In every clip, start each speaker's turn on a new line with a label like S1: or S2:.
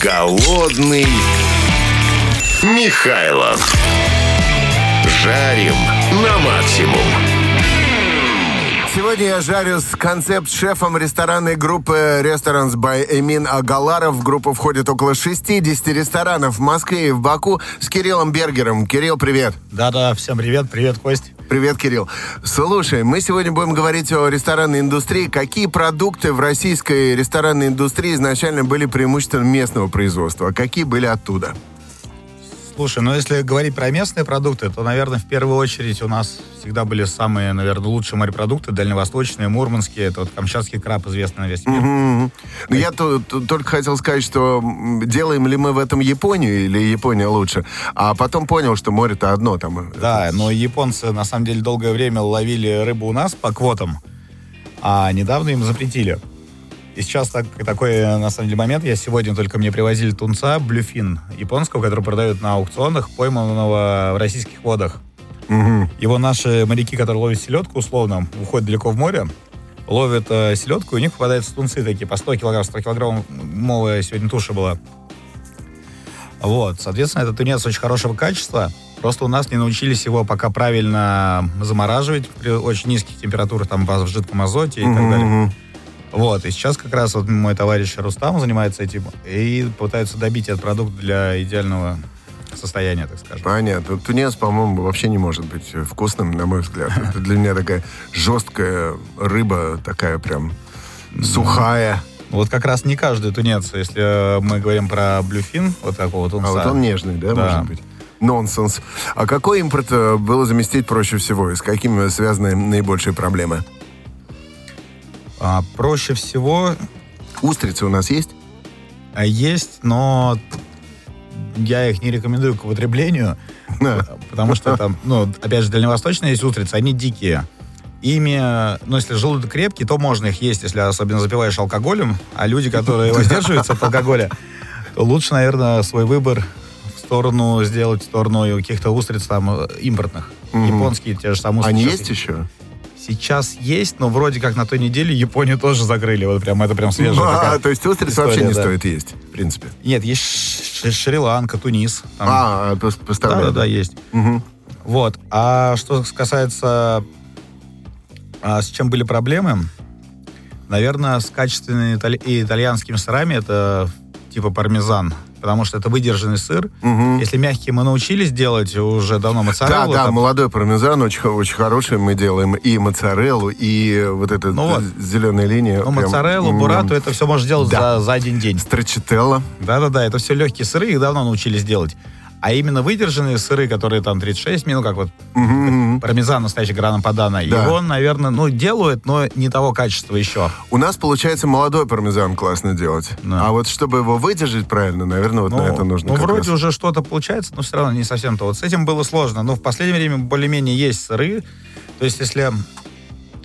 S1: Голодный Михайлов. Жарим на максимум.
S2: Сегодня я жарю с концепт-шефом ресторанной группы Restaurants by Эмин Агаларов. В группу входит около 60 ресторанов в Москве и в Баку с Кириллом Бергером. Кирилл, привет.
S3: Да-да, всем привет, привет, Кость.
S2: Привет, Кирилл. Слушай, мы сегодня будем говорить о ресторанной индустрии. Какие продукты в российской ресторанной индустрии изначально были преимущественно местного производства, а какие были оттуда?
S3: Слушай, ну если говорить про местные продукты, то, наверное, в первую очередь у нас всегда были самые, наверное, лучшие морепродукты, дальневосточные, мурманские, это вот камчатский краб, известный на весь мир.
S2: Ну, я ту- ту- только хотел сказать, что м, делаем ли мы в этом Японию или Япония лучше. А потом понял, что море-то одно там.
S3: Да, но японцы, на самом деле, долгое время ловили рыбу у нас по квотам, а недавно им запретили. И сейчас так, такой, э, на самом деле, момент. Я сегодня только мне привозили тунца, блюфин, японского, который продают на аукционах, пойманного в российских водах.
S2: Мгм.
S3: Его наши моряки, которые ловят селедку, условно, уходят далеко в море, ловят э, селедку, и у них попадаются тунцы такие по 100 килограмм, 100 килограмм новая сегодня туша была. Вот, соответственно, это тунец очень хорошего качества. Просто у нас не научились его пока правильно замораживать при очень низких температурах, там, в жидком азоте и так далее.
S2: Мгм.
S3: Вот, и сейчас как раз вот мой товарищ Рустам занимается этим и пытаются добить этот продукт для идеального состояния, так скажем.
S2: Понятно. Тунец, по-моему, вообще не может быть вкусным, на мой взгляд. Это для меня такая жесткая рыба, такая прям сухая.
S3: Вот как раз не каждый тунец, если э, мы говорим про блюфин, вот такого тунца.
S2: А вот он нежный, да,
S3: Да.
S2: может быть? Нонсенс. А какой импорт э, было заместить проще всего? И с какими связаны наибольшие проблемы?
S3: А, проще всего
S2: Устрицы у нас есть?
S3: а, есть, но я их не рекомендую к употреблению,
S2: Да.
S3: потому что там, ну, опять же, дальневосточные есть устрицы, они дикие. Ими, ну, если желудок крепкий, то можно их есть, если особенно запиваешь алкоголем, а люди, которые воздерживаются от алкоголя, то лучше, наверное, свой выбор в сторону сделать, в сторону каких-то устриц там э, импортных.
S2: Мгм.
S3: Японские те же самые
S2: Они
S3: устрицы.
S2: есть еще?
S3: Сейчас есть, но вроде как на той неделе Японию тоже закрыли. Вот прям это прям свежее.
S2: А,
S3: такая.
S2: то есть устриц
S3: история,
S2: вообще не
S3: да.
S2: стоит есть, в принципе.
S3: Нет, есть Ш- Ш- Шри-Ланка, Тунис. там.
S2: А, пос-
S3: да, да,
S2: поставляют.
S3: да, есть.
S2: Мгм.
S3: Вот. А что касается, а, с чем были проблемы, наверное, с качественными итали- и итальянскими сырами это типа пармезан, потому что это выдержанный сыр.
S2: Мгм.
S3: Если мягкие мы научились делать уже давно
S2: Да,
S3: моцареллу,
S2: да,
S3: там,
S2: молодой пармезан очень, хо- очень хороший. Мы делаем и моцареллу, и вот эта
S3: Ну вот.
S2: зеленая линия.
S3: ну,
S2: прям, м-м-м.
S3: моцареллу,
S2: м,
S3: бурату, это все можно сделать
S2: Да.
S3: за, за один день.
S2: Строчителла.
S3: Да-да-да, это все легкие сыры, их давно научились делать. А именно выдержанные сыры, которые там 36 минут, как вот
S2: Мгм.
S3: пармезан настоящий грана подана,
S2: Да.
S3: его, наверное, ну, делают, но не того качества еще.
S2: У нас получается молодой пармезан классно делать.
S3: Да.
S2: А вот чтобы его выдержать правильно, наверное, вот
S3: ну,
S2: на это нужно
S3: ну,
S2: как
S3: вроде
S2: раз.
S3: уже что-то получается, но все равно не совсем то. Вот с этим было сложно. Но в последнее время более-менее есть сыры. То есть если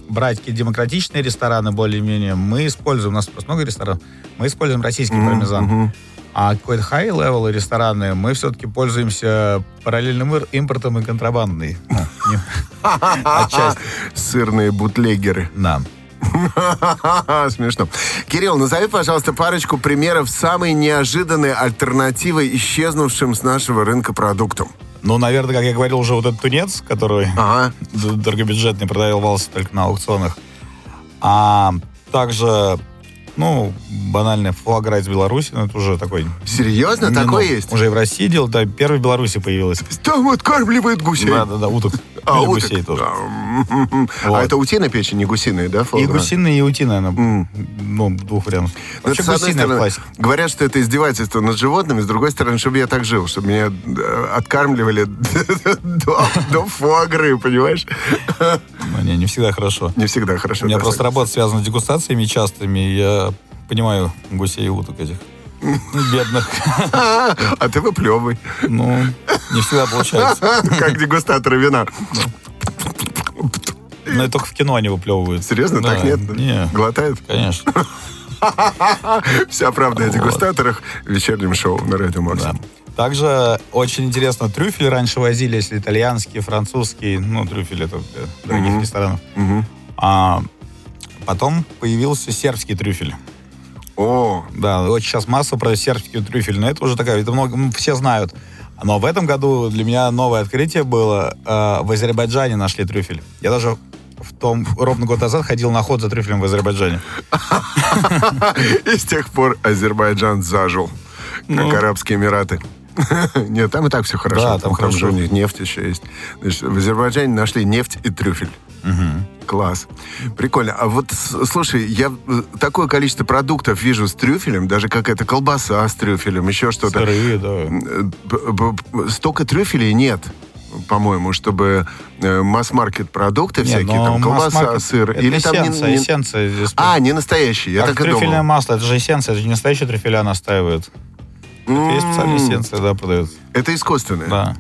S3: брать какие-то демократичные рестораны более-менее, мы используем, у нас просто много ресторанов, мы используем российский
S2: Мгм,
S3: пармезан.
S2: мгм.
S3: А какой-то high-level рестораны мы все-таки пользуемся параллельным ир- импортом и контрабандой. Ну, не- Отчасти.
S2: Сырные бутлегеры.
S3: Да.
S2: Смешно. Кирилл, назови, пожалуйста, парочку примеров самой неожиданной альтернативы исчезнувшим с нашего рынка продуктам.
S3: Ну, наверное, как я говорил, уже вот этот тунец, который
S2: Ага.
S3: д- дорогобюджетный продавался только на аукционах. А также, ну, банальный фуагра из Беларуси, ну, это уже такой...
S2: Серьезно?
S3: минус.
S2: Такое есть?
S3: Уже и в России делал, да, первый в Беларуси появилась.
S2: Там откармливают гусей.
S3: Да-да-да, уток.
S2: А,
S3: Или
S2: уток.
S3: гусей тоже.
S2: А, м-м-м. А
S3: Вот.
S2: это утиная печень, не гусиная, да,
S3: И
S2: Флора?
S3: гусиная, и утиная, она,
S2: М.
S3: ну, двух вариантов.
S2: Ну, это,
S3: Вообще
S2: с одной
S3: гусиная
S2: стороны,
S3: классика.
S2: Говорят, что это издевательство над животными, с другой стороны, чтобы я так жил, чтобы меня э, откармливали до, до фуагры, понимаешь?
S3: Ну, не, не всегда хорошо.
S2: Не всегда хорошо.
S3: У меня
S2: да,
S3: просто
S2: согласен.
S3: работа связана с дегустациями частыми, и я понимаю гусей и уток этих. Ну, бедных.
S2: А, а ты выплевывай, А,
S3: Ну, не всегда получается.
S2: как дегустатор вина.
S3: Но и только в кино они выплевывают.
S2: Серьезно,
S3: Да,
S2: так нет?
S3: Не,
S2: Глотают?
S3: конечно.
S2: Вся правда о
S3: Вот.
S2: дегустаторах в вечернем шоу на Радио
S3: Да.
S2: Максим.
S3: Также очень интересно, трюфель раньше возили, если итальянский, французский, ну, трюфель это для дорогих
S2: Мгм.
S3: ресторанов.
S2: Мгм.
S3: А потом появился сербский трюфель.
S2: О,
S3: Да, вот сейчас массу про сербский трюфель, но это уже такая, это много, м, все знают. Но в этом году для меня новое открытие было. э, В Азербайджане нашли трюфель. Я даже в том, ровно год назад ходил на ход за трюфелем в Азербайджане.
S2: и с тех пор Азербайджан зажил, как
S3: Ну.
S2: Арабские Эмираты. Нет, там и так все хорошо.
S3: Да, там хорошо.
S2: же у них нефть еще есть. Значит, в Азербайджане нашли нефть и трюфель. Класс. Прикольно. А вот, с- слушай, я э, такое количество продуктов вижу с трюфелем, даже какая-то колбаса с трюфелем, еще что-то.
S3: Сырые, да.
S2: Э, б- б- б- Столько трюфелей нет, по-моему, чтобы э, масс-маркет продукты
S3: Не,
S2: всякие,
S3: но
S2: там колбаса,
S3: масс-маркет-
S2: сыр.
S3: это
S2: Или там не-
S3: эссенция,
S2: не-
S3: эссенция здесь.
S2: А, не настоящий, я
S3: Как
S2: так и
S3: трюфельное
S2: думал.
S3: масло, это же эссенция, это же не настоящие трюфеля настаивают. Это есть специальная эссенция, да, продается.
S2: М-м, Это искусственное.
S3: Да.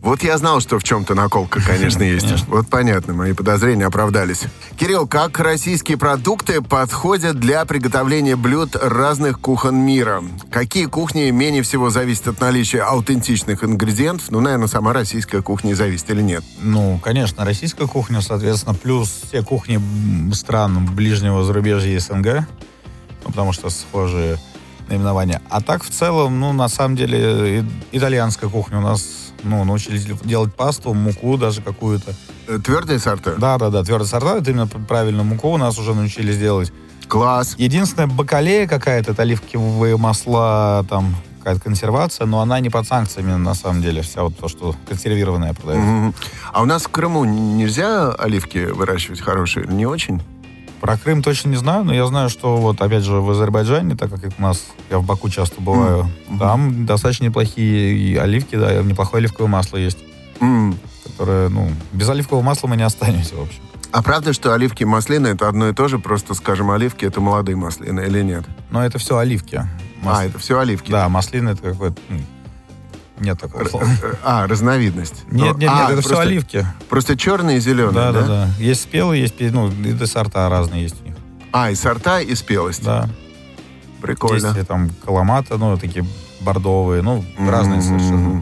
S2: Вот я знал, что в чем-то наколка, конечно, есть. Вот понятно, мои подозрения оправдались. Кирилл, как российские продукты подходят для приготовления блюд разных кухон мира? Какие кухни менее всего зависят от наличия аутентичных ингредиентов? Ну, наверное, сама российская кухня и зависит или нет.
S3: Ну, конечно, российская кухня, соответственно, плюс все кухни м, стран ближнего зарубежья и СНГ, ну, потому что схожие наименования. А так, в целом, ну, на самом деле, и- итальянская кухня у нас, ну, научились делать пасту, муку даже какую-то.
S2: Э, Твердые сорта?
S3: Да-да-да, твердые сорта, это именно правильную муку у нас уже научились делать.
S2: Класс.
S3: Единственная бакалея какая-то, это оливковые масла, там, какая-то консервация, но она не под санкциями, на самом деле, вся вот то, что консервированное продается.
S2: Мгм. А у нас в Крыму нельзя оливки выращивать хорошие? Не очень?
S3: Про Крым точно не знаю, но я знаю, что вот опять же в Азербайджане, так как у нас я в Баку часто бываю, там достаточно неплохие и оливки, да, и неплохое оливковое масло есть,
S2: М.
S3: которое, ну, без оливкового масла мы не останемся, в общем.
S2: А правда, что оливки и маслины это одно и то же? Просто, скажем, оливки это молодые маслины или нет?
S3: Но это все оливки. Мас-
S2: А, это все оливки.
S3: Да, маслины это какой-то... ну, Нет такого слова.
S2: Э, А, разновидность.
S3: Нет, нет,
S2: Ну,
S3: нет,
S2: а,
S3: это все
S2: просто-
S3: оливки.
S2: Просто черные и зеленые,
S3: Да,
S2: да?
S3: да, да. Есть спелые, есть, пе- ну, и сорта разные есть у них.
S2: А, и сорта, и спелость.
S3: Да.
S2: Прикольно.
S3: Есть и там каламата, ну, такие бордовые, ну,
S2: М-м-м.
S3: разные совершенно.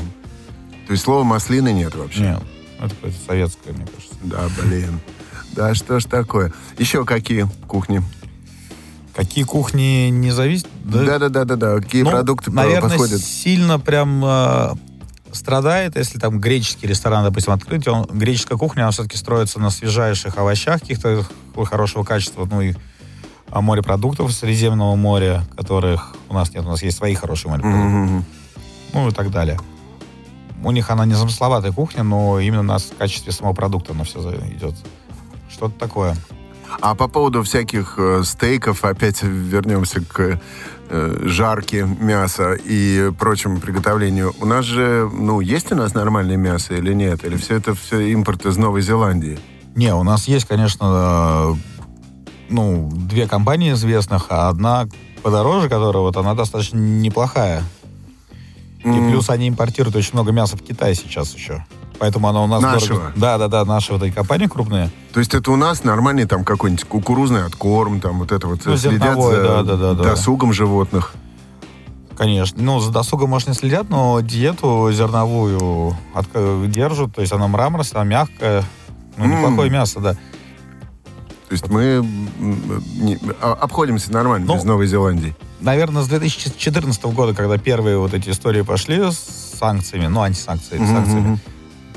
S2: То есть слова маслины нет вообще?
S3: Нет, это какое-то советское, мне кажется.
S2: Да, блин. Да, что ж такое. Еще какие кухни?
S3: Какие кухни не зависят?
S2: Да-да-да-да-да. Какие
S3: Ну,
S2: продукты
S3: наверное,
S2: подходят?
S3: сильно прям э, страдает, если там греческий ресторан, допустим, открыть, он, греческая кухня, она все-таки строится на свежайших овощах каких-то хорошего качества, ну и а, морепродуктов Средиземного моря, которых у нас нет, у нас есть свои хорошие морепродукты,
S2: Мгм.
S3: ну и так далее. У них она не замысловатая кухня, но именно у нас в качестве самого продукта она все идет. Что-то такое.
S2: А по поводу всяких э, стейков, опять вернемся к э, жарке мяса и прочему приготовлению. У нас же, ну, есть у нас нормальное мясо или нет? Или все это все импорт из Новой Зеландии?
S3: Не, у нас есть, конечно, э, ну, две компании известных, а одна подороже, которая вот она достаточно неплохая. И
S2: М.
S3: плюс они импортируют очень много мяса в Китай сейчас еще. Поэтому она у нас...
S2: Нашего?
S3: дорого- Да, да, да, наши вот эти компании крупные.
S2: То есть это у нас нормальный там какой-нибудь кукурузный откорм, там вот это вот э,
S3: Ну,
S2: следят
S3: зерновое,
S2: за
S3: да, да, да, да.
S2: досугом животных.
S3: Конечно. Ну, за досугом, может, не следят, но диету зерновую отк- держат. То есть она мраморная, она мягкая. Ну,
S2: М.
S3: неплохое мясо, да.
S2: То есть мы м, не- а- обходимся нормально
S3: Ну,
S2: без Новой Зеландии.
S3: наверное, с 2014 года, когда первые вот эти истории пошли с санкциями, ну, антисанкциями,
S2: Мгм,
S3: санкциями,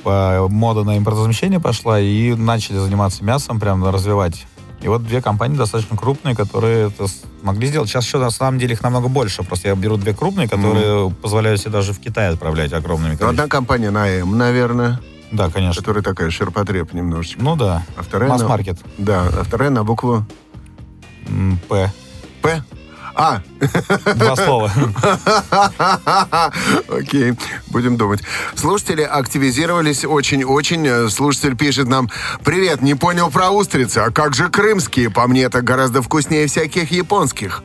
S3: по- мода на импортозамещение пошла, и начали заниматься мясом, прям развивать. И вот две компании достаточно крупные, которые это с- могли сделать. Сейчас еще, на самом деле, их намного больше. Просто я беру две крупные, которые позволяют себе даже в Китай отправлять огромными
S2: Ну,
S3: количествами.
S2: Одна компания на М, наверное,
S3: Да, конечно.
S2: которая такая ширпотреб немножечко.
S3: Ну да.
S2: А вторая на-
S3: Масс-маркет.
S2: Да, а вторая на букву
S3: М, П.
S2: П. А,
S3: Два слова.
S2: Окей, будем думать. Слушатели активизировались очень-очень. Э, Слушатель пишет нам, привет, не понял про устрицы, а как же крымские? По мне это гораздо вкуснее всяких японских.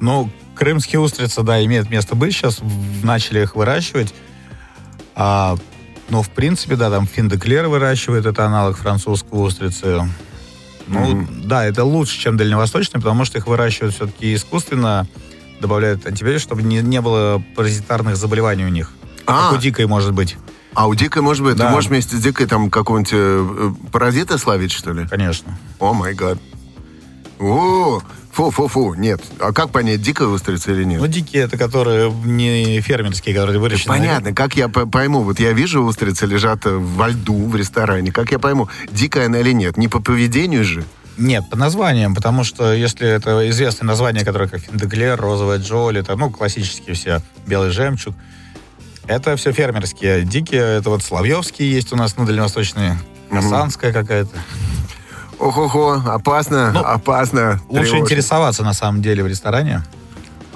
S3: Ну, крымские устрицы, да, имеют место быть. Сейчас в- начали их выращивать. А, ну, в принципе, да, там финдеклер выращивает, это аналог французского устрицы. Ну, да, это лучше, чем дальневосточные, потому что их выращивают все-таки искусственно, добавляют антибиотики, чтобы не, не было паразитарных заболеваний у них.
S2: А.
S3: Как у дикой, может быть,
S2: А у дикой, может быть,
S3: Да.
S2: ты можешь вместе с дикой там какого-нибудь э, э, паразита словить, что ли?
S3: конечно.
S2: О май гад. О, фу-фу-фу, нет. А как понять, дикая устрица или
S3: Ну,
S2: нет?
S3: дикие это которые не фермерские, которые выращены. на
S2: Понятно, как я по- пойму, вот я вижу устрицы лежат э, во льду в ресторане, как я пойму, дикая она или нет? Не по поведению же?
S3: Нет, по названиям, потому что если это известные названия, которые как Финдеклер, Розовая Джоли, там, ну, классические все, Белый Жемчуг, это все фермерские. Дикие, это вот Соловьевские есть у нас, ну, дальневосточные, Касанская какая-то.
S2: Ох-охо, опасно,
S3: Ну,
S2: опасно.
S3: Лучше
S2: тревожно.
S3: интересоваться, на самом деле, в ресторане.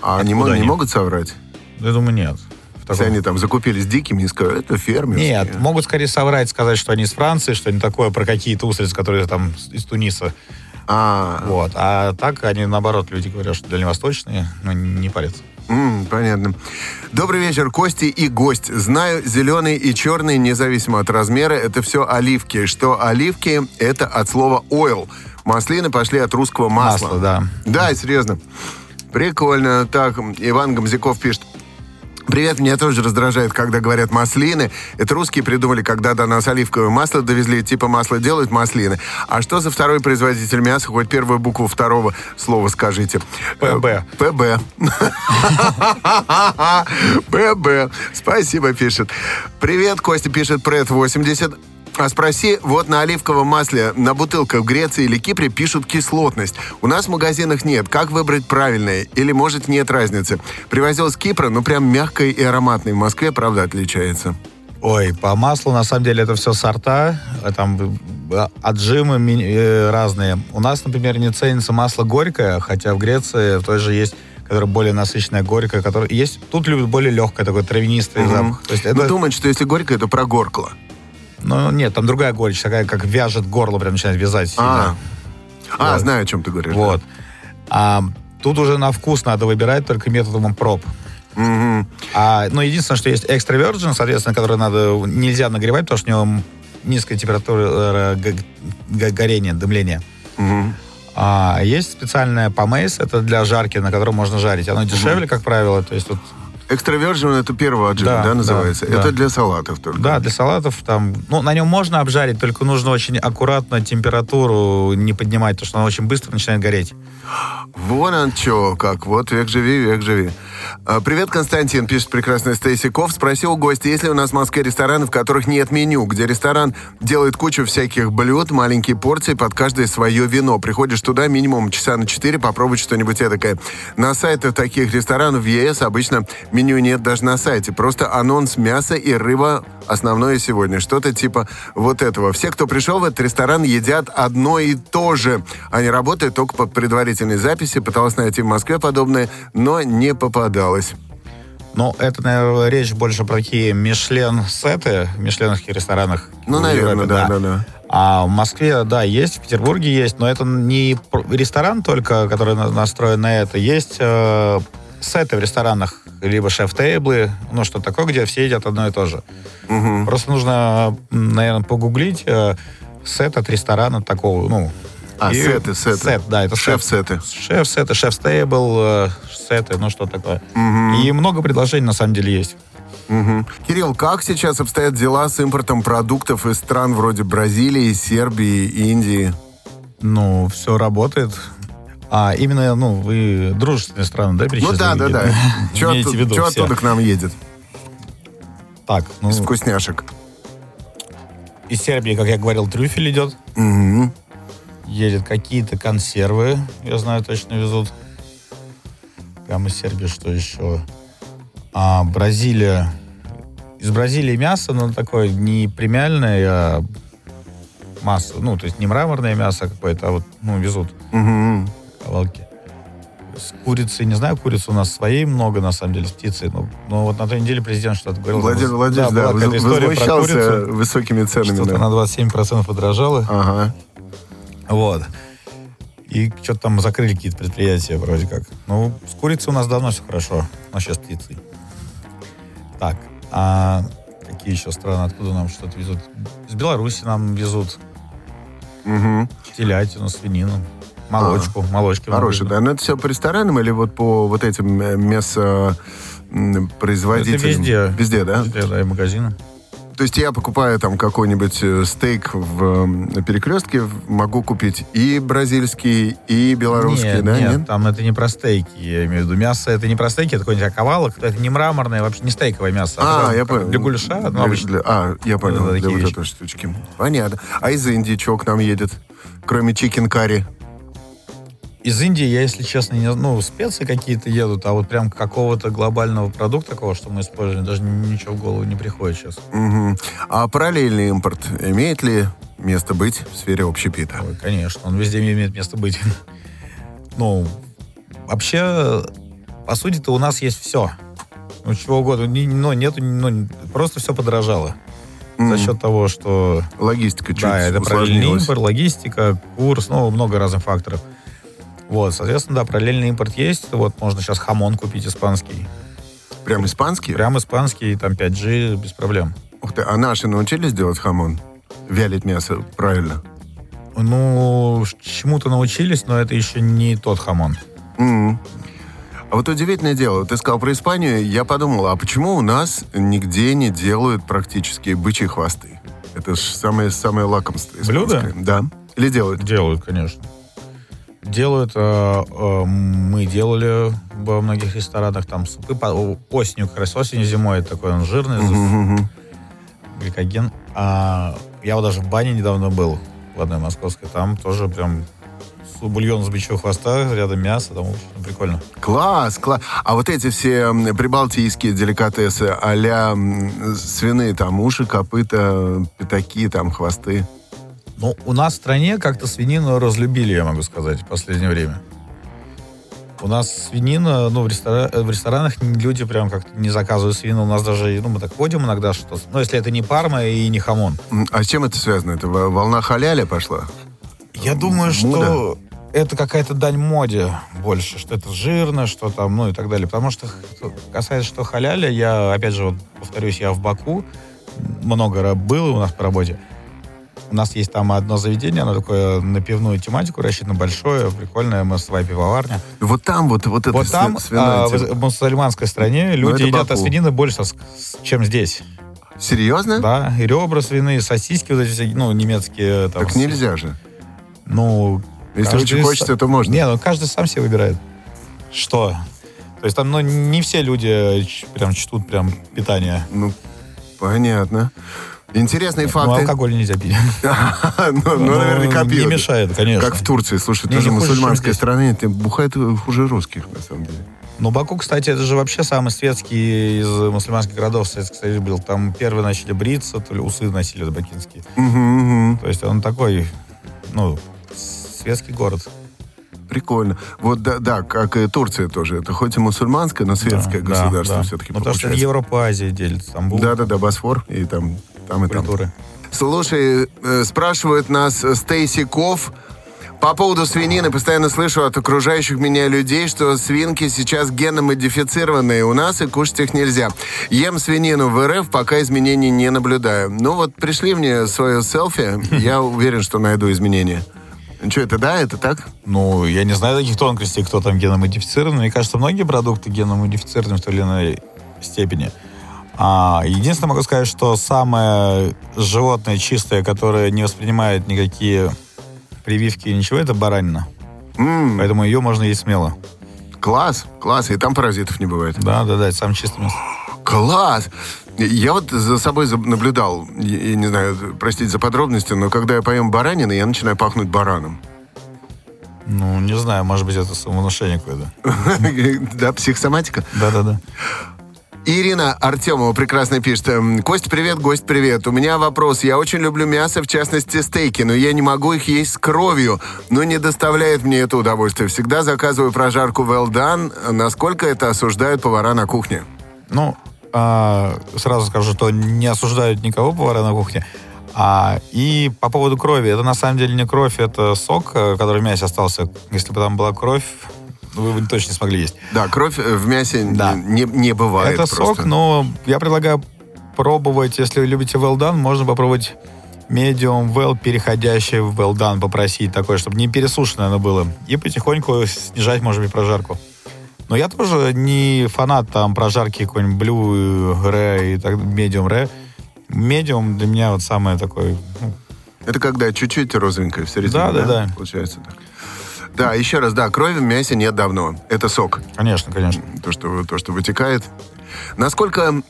S2: А они, мо-
S3: Откуда
S2: не
S3: они?
S2: могут соврать?
S3: Ну, Я думаю, нет. В
S2: Если
S3: таком-
S2: они там закупились дикими и сказали, это фермерские.
S3: Нет, могут скорее соврать, сказать, что они из Франции, что они такое, про какие-то устрицы, которые там с- из Туниса.
S2: А,
S3: Вот. А так они, наоборот, люди говорят, что дальневосточные, но не парятся.
S2: м, понятно. Добрый вечер, Кости и гость. Знаю, зеленый и черный, независимо от размера, это все оливки. Что оливки, это от слова oil. Маслины пошли от русского масла.
S3: Масло, да.
S2: Да, серьезно. Прикольно. Так, Иван Гомзяков пишет. Привет, меня тоже раздражает, когда говорят маслины. Это русские придумали, когда до нас оливковое масло довезли, типа масло делают маслины. А что за второй производитель мяса? Хоть первую букву второго слова скажите.
S3: ПБ.
S2: Э, ПБ. ПБ. Спасибо, пишет. Привет, Костя пишет Пред 80. А спроси, вот на оливковом масле на бутылках в Греции или Кипре пишут кислотность. У нас в магазинах нет. Как выбрать правильное? Или, может, нет разницы? Привозил с Кипра, ну прям мягкой и ароматной. В Москве, правда, отличается.
S3: Ой, по маслу на самом деле это все сорта, э, там э, отжимы ми- э, разные. У нас, например, не ценится масло горькое, хотя в Греции в той же есть, которое более насыщенное горькое, которое есть. Тут любят более легкое такое травянистый запах. То есть это,
S2: Ну, думают, что если горько, то прогоркло.
S3: ну, нет, там другая горечь, такая, как вяжет горло, прям начинает вязать
S2: А,
S3: сильно.
S2: а,
S3: Вот.
S2: знаю, о чем ты говоришь.
S3: Вот. А тут уже на вкус надо выбирать только методом проб.
S2: Мгм.
S3: А, ну, единственное, что есть экстра virgin, соответственно, который надо, нельзя нагревать, потому что у него низкая температура э, г- г- горения, дымления.
S2: Мгм.
S3: А есть специальная помейс, это для жарки, на котором можно жарить. Оно дешевле, как правило, то есть вот,
S2: Экстравержен это первый отжим, да,
S3: Да, да,
S2: называется?
S3: да.
S2: Это для салатов только.
S3: да, для салатов там, ну, на нем можно обжарить, только нужно очень аккуратно температуру не поднимать, потому что она очень быстро начинает гореть.
S2: Вон он чё, как, вот век живи, век живи. А, Привет, Константин, пишет прекрасная Стейси Ков. Спросил гостя, есть ли у нас в Москве рестораны, в которых нет меню, где ресторан делает кучу всяких блюд, маленькие порции под каждое свое вино. Приходишь туда минимум часа на 4 попробовать что-нибудь эдакое. На сайтах таких ресторанов в ЕС обычно меню нет даже на сайте. Просто анонс мяса и рыба основное сегодня. Что-то типа вот этого. Все, кто пришел в этот ресторан, едят одно и то же. Они работают только по предварительной записи. Пыталась найти в Москве подобное, но не попадалось.
S3: Ну, это, наверное, речь больше про такие Мишлен-сеты в мишленовских ресторанах.
S2: Ну,
S3: в
S2: наверное,
S3: Европе,
S2: да, да, да.
S3: А в Москве, да, есть, в Петербурге есть, но это не пр- ресторан только, который на- настроен на это. Есть э, сеты в ресторанах, либо шеф-тейблы, ну, что такое, где все едят одно и то же. Просто нужно, наверное, погуглить э, сет от ресторана такого, ну...
S2: А,
S3: и-
S2: сеты, сеты.
S3: Сет, да, это сет.
S2: Шеф-сеты.
S3: Шеф-сеты, шеф-стейбл, э, сеты, ну что такое. И много предложений на самом деле есть.
S2: Мгм. Кирилл, как сейчас обстоят дела с импортом продуктов из стран вроде Бразилии, Сербии, Индии?
S3: Ну, все работает. А именно, ну, вы дружественные страны, да,
S2: Ну
S3: перечислили?
S2: да, да, да. Чё
S3: Имеете в
S2: оттуда-
S3: виду
S2: чё
S3: все.
S2: оттуда к нам едет?
S3: Так, ну,
S2: Из вкусняшек.
S3: из Сербии, как я говорил, трюфель идет.
S2: Мгм.
S3: Едет какие-то консервы, я знаю, точно везут. Прямо из Сербии, что еще? А, Бразилия. Из Бразилии мясо, но такое не премиальное, а масло. Ну, то есть не мраморное мясо какое-то, а вот, ну, везут.
S2: Мгм.
S3: Волки. С курицей, не знаю, курицы у нас своей много, на самом деле, с птицей. Но, но вот на той неделе президент что-то говорил.
S2: Владимир
S3: Да,
S2: Владимирович, да,
S3: была какая-то
S2: воз-
S3: история про
S2: возмущался
S3: курицу,
S2: высокими ценами.
S3: Что-то
S2: да.
S3: на 27% подорожало.
S2: Ага.
S3: Вот. И что-то там закрыли какие-то предприятия вроде как. Ну, с курицей у нас давно все хорошо. Но сейчас с птицей. Так, а какие еще страны, откуда нам что-то везут? Из Беларуси нам везут
S2: Мгм.
S3: телятину, свинину, молочку, молочки. много
S2: А, Хороший,
S3: везут.
S2: да. Но это все по ресторанам или вот по вот этим э, мясо м, производителям?
S3: Это везде.
S2: Везде, да?
S3: Везде, да, и магазины.
S2: То есть я покупаю там какой-нибудь э, стейк в э, перекрестке, в- могу купить и бразильский, и белорусский,
S3: нет,
S2: да?
S3: нет, там это не про стейки, я имею в виду. Мясо это не про стейки, это какой-нибудь оковалок, это не мраморное, вообще не стейковое мясо.
S2: А,
S3: это
S2: я
S3: как
S2: понял.
S3: Для гуляша, ну,
S2: Для-
S3: обычно.
S2: для- а, я понял,
S3: Да,
S2: для
S3: такие
S2: вот
S3: вещи.
S2: этой штучки. Понятно. А из Индии чего к нам едет? Кроме чикен карри.
S3: Из Индии я, если честно, не, ну, специи какие-то едут, а вот прям какого-то глобального продукта такого, что мы используем, даже ничего в голову не приходит сейчас.
S2: Мгм. А параллельный импорт имеет ли место быть в сфере общепита?
S3: Ой, конечно, он везде имеет место быть. Ну, вообще, по сути-то у нас есть все. Ну, чего угодно. Ни- Но нету, ну, просто все подорожало. За
S2: М,
S3: счет того, что
S2: Логистика чуть
S3: да, это параллельный
S2: усложнилась.
S3: импорт, логистика, курс, ну, много разных факторов. Вот, соответственно, да, параллельный импорт есть. Вот можно сейчас хамон купить испанский.
S2: Прям испанский?
S3: Прям испанский, там 5G, без проблем.
S2: Ух ты, а наши научились делать хамон? Вялить мясо, правильно.
S3: Ну, ш- чему-то научились, но это еще не тот хамон.
S2: М. А вот удивительное дело, ты сказал про Испанию, я подумал, а почему у нас нигде не делают практически бычьи хвосты? Это же самое, самое лакомство
S3: Блюдо?
S2: испанское. Да. Или делают?
S3: Делают, конечно. Делают. э, э, мы делали во многих ресторанах там супы по- о- осенью, как раз осенью, зимой. Такой он жирный, за-
S2: Мгм, мгм.
S3: гликоген. А я вот даже в бане недавно был, в одной московской. Там тоже прям су- бульон с бычьего хвоста, рядом мясо. Там очень прикольно.
S2: Класс, класс. А вот эти все м, прибалтийские деликатесы а-ля м, свиные, там, уши, копыта, пятаки, там, хвосты.
S3: Ну, у нас в стране как-то свинину разлюбили, я могу сказать, в последнее время. У нас свинина, ну, в, рестора- э, в ресторанах н- люди прям как-то не заказывают свину. У нас даже, ну, мы так водим иногда что Ну, если это не парма и не хамон.
S2: М, А с чем это связано? Это во- волна халяля пошла?
S3: Я
S2: Мода.
S3: думаю, что это какая-то дань моде больше, что это жирно, что там, ну и так далее. Потому что х- касается, что халяля, я, опять же, вот повторюсь, я в Баку много ра- был у нас по работе. У нас есть там одно заведение, оно такое на пивную тематику рассчитано, большое, прикольное, мостовая пивоварня.
S2: Вот там вот, вот это
S3: вот
S2: сви-
S3: там,
S2: свиная
S3: а,
S2: тема. Ну,
S3: в мусульманской стране, люди
S2: это
S3: едят от
S2: Баку.
S3: свинины больше, с- с- чем здесь.
S2: Серьезно?
S3: Да, и ребра свиные, сосиски вот эти всякие, ну, немецкие. Там,
S2: Так
S3: с-
S2: нельзя же.
S3: Ну,
S2: Если
S3: Каждый
S2: очень
S3: с-
S2: хочется, то можно.
S3: Не, ну каждый сам себе выбирает. Что? То есть там, ну, не все люди ч- прям чтут прям питание.
S2: Ну, понятно. Интересные
S3: Ну,
S2: факты.
S3: алкоголь нельзя пить.
S2: Ну, ну, наверняка
S3: не
S2: пьют.
S3: мешает, конечно.
S2: Как в Турции. Слушай,
S3: Не,
S2: ты же
S3: не хуже, чем
S2: мусульманская
S3: здесь.
S2: страна, и ты бухает э, хуже русских, на самом деле.
S3: Но Баку, кстати, это же вообще самый светский из мусульманских городов Советский Союз был. Там первые начали бриться, то ли усы носили бакинские.
S2: Мгм, мгм.
S3: То есть он такой, ну, светский город.
S2: Прикольно. Вот да, да, как и Турция тоже. Это хоть и мусульманское, но светское
S3: Да,
S2: государство
S3: да.
S2: все-таки
S3: Ну, потому что это
S2: получается.
S3: Европа-Азия делится. Там будут
S2: Да-да-да, Босфор и там, там и там.
S3: культуры.
S2: Слушай, э, спрашивают нас э, Стейси Ков. По поводу свинины постоянно слышу от окружающих меня людей, что свинки сейчас геномодифицированные у нас, и кушать их нельзя. Ем свинину в РФ, пока изменений не наблюдаю. Ну вот пришли мне свое селфи, я уверен, что найду изменения. Что, это да, это так?
S3: Ну, я не знаю таких тонкостей, кто там геномодифицирован. Мне кажется, многие продукты геномодифицированы в той или иной степени. А, единственное, могу сказать, что самое животное чистое, которое не воспринимает никакие прививки и ничего, это баранина.
S2: М,
S3: Поэтому ее можно есть смело.
S2: класс, класс, и там паразитов не бывает.
S3: Да, да, да, это самое чистое мясо.
S2: Класс! Я вот за собой заб- наблюдал, я, я не знаю, простите за подробности, но когда я поем баранины, я начинаю пахнуть бараном.
S3: Ну, не знаю, может быть, это самовнушение какое-то.
S2: Да, психосоматика.
S3: Да, да, да.
S2: Ирина Артемова прекрасно пишет. эм, Кость, привет, гость, привет. У меня вопрос. Я очень люблю мясо, в частности стейки, но я не могу их есть с кровью. Но не доставляет мне это удовольствие. Всегда заказываю прожарку well done. Насколько это осуждают повара на кухне?
S3: Ну, а, сразу скажу, что не осуждают никого повара на кухне. А, и по поводу крови. Это на самом деле не кровь, это сок, э, который в мясе остался. Если бы там была кровь, вы бы точно не смогли есть.
S2: Да, кровь э, в мясе н-
S3: Да.
S2: не, не бывает
S3: это
S2: просто.
S3: сок, но я предлагаю пробовать, если вы любите well done, можно попробовать medium well, переходящий в well done, попросить такое, чтобы не пересушенное оно было. И потихоньку снижать, может быть, прожарку. Но я тоже не фанат там прожарки какой-нибудь blue, rare и так, medium rare. Медиум для меня вот самое такое... ну,
S2: Это когда чуть-чуть розовенькое в середине,
S3: Да, да, да.
S2: Получается так. Да, еще раз, да, крови в мясе нет давно. Это сок,
S3: конечно, конечно.
S2: то что, то, что вытекает. Насколько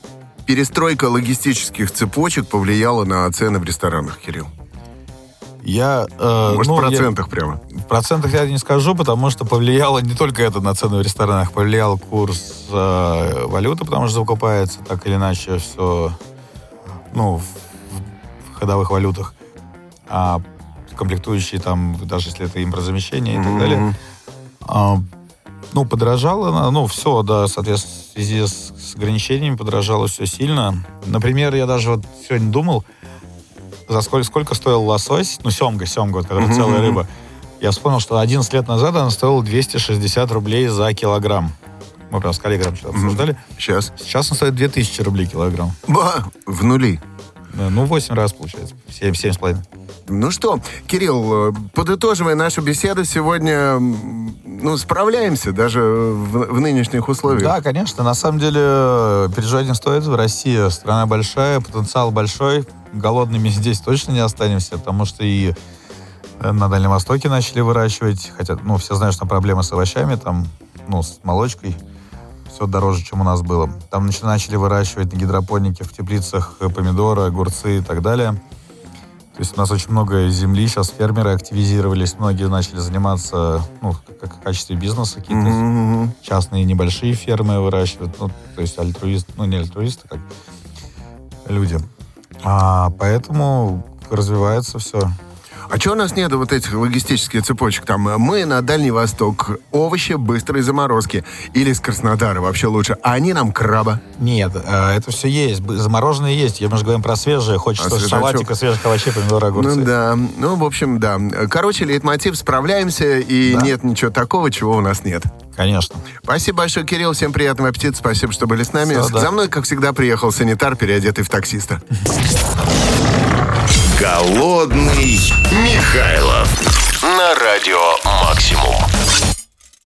S2: перестройка логистических цепочек повлияла на цены в ресторанах, Кирилл?
S3: Я... э,
S2: Может,
S3: ну,
S2: в
S3: я-
S2: процентах прямо?
S3: в процентах я не скажу, потому что повлияло не только это на цены в ресторанах, повлиял курс э, валюты, потому что закупается так или иначе все ну, в, в ходовых валютах. А комплектующие там, даже если это импортозамещение и так далее. А, ну, подорожало, на- ну, все, да, соответственно, в связи с, с ограничениями подорожало все сильно. Например, я даже вот сегодня думал, за сколько, сколько стоил лосось, ну, семга, семга, вот, которая
S2: Мгм,
S3: целая
S2: мгм.
S3: рыба. Я вспомнил, что 11 лет назад она стоила 260 рублей за килограмм. Мы прям с коллегами что-то обсуждали.
S2: Сейчас.
S3: Сейчас она стоит 2000 рублей килограмм.
S2: Ба! В нули.
S3: Да, Ну, 8 раз получается. 7, 7,5.
S2: Ну что, Кирилл, э, подытоживая нашу беседу, сегодня м, ну, справляемся даже в, в нынешних условиях.
S3: Да, конечно. На самом деле э, переживать не стоит. Россия страна большая, потенциал большой. Голодными здесь точно не останемся, потому что и э, на Дальнем Востоке начали выращивать. Хотя, ну, все знают, что там проблемы с овощами, там, ну, с молочкой. Все дороже, чем у нас было. Там нач- начали выращивать на гидропонике в теплицах э, помидоры, огурцы и так далее. То есть у нас очень много земли, сейчас фермеры активизировались, многие начали заниматься, ну, как в качестве бизнеса какие-то
S2: Мгм, мгм.
S3: частные небольшие фермы выращивают, ну, то есть альтруисты, ну, не альтруисты, как люди. А, поэтому развивается все.
S2: А чего у нас нет вот этих логистических цепочек? Там э, мы на Дальний Восток, овощи быстрой заморозки. Или из Краснодара вообще лучше. А они нам краба.
S3: Нет, э, это все есть. Б- Замороженное есть. Я, мы же говорим про свежее. Хочется
S2: А
S3: же
S2: свежачок?
S3: салатика, свежих овощей, помидоры, огурцы.
S2: Ну да, ну в общем да. Короче, лейтмотив, справляемся и
S3: Да.
S2: нет ничего такого, чего у нас нет.
S3: Конечно.
S2: Спасибо большое, Кирилл, всем приятного аппетита, спасибо, что были с нами.
S3: Всё, да.
S2: За мной, как всегда, приехал санитар, переодетый в таксиста.
S1: Голодный Михайлов на радио Максимум.